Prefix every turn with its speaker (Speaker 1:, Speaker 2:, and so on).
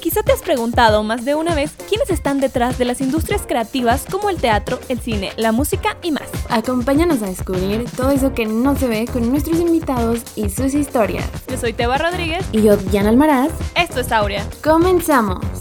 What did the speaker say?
Speaker 1: Quizá te has preguntado más de una vez quiénes están detrás de las industrias creativas como el teatro, el cine, la música y más.
Speaker 2: Acompáñanos a descubrir todo eso que no se ve con nuestros invitados y sus historias.
Speaker 1: Yo soy Teba Rodríguez
Speaker 2: Y yo, Diana Almaraz.
Speaker 1: Esto es Aurea.
Speaker 2: ¡Comenzamos!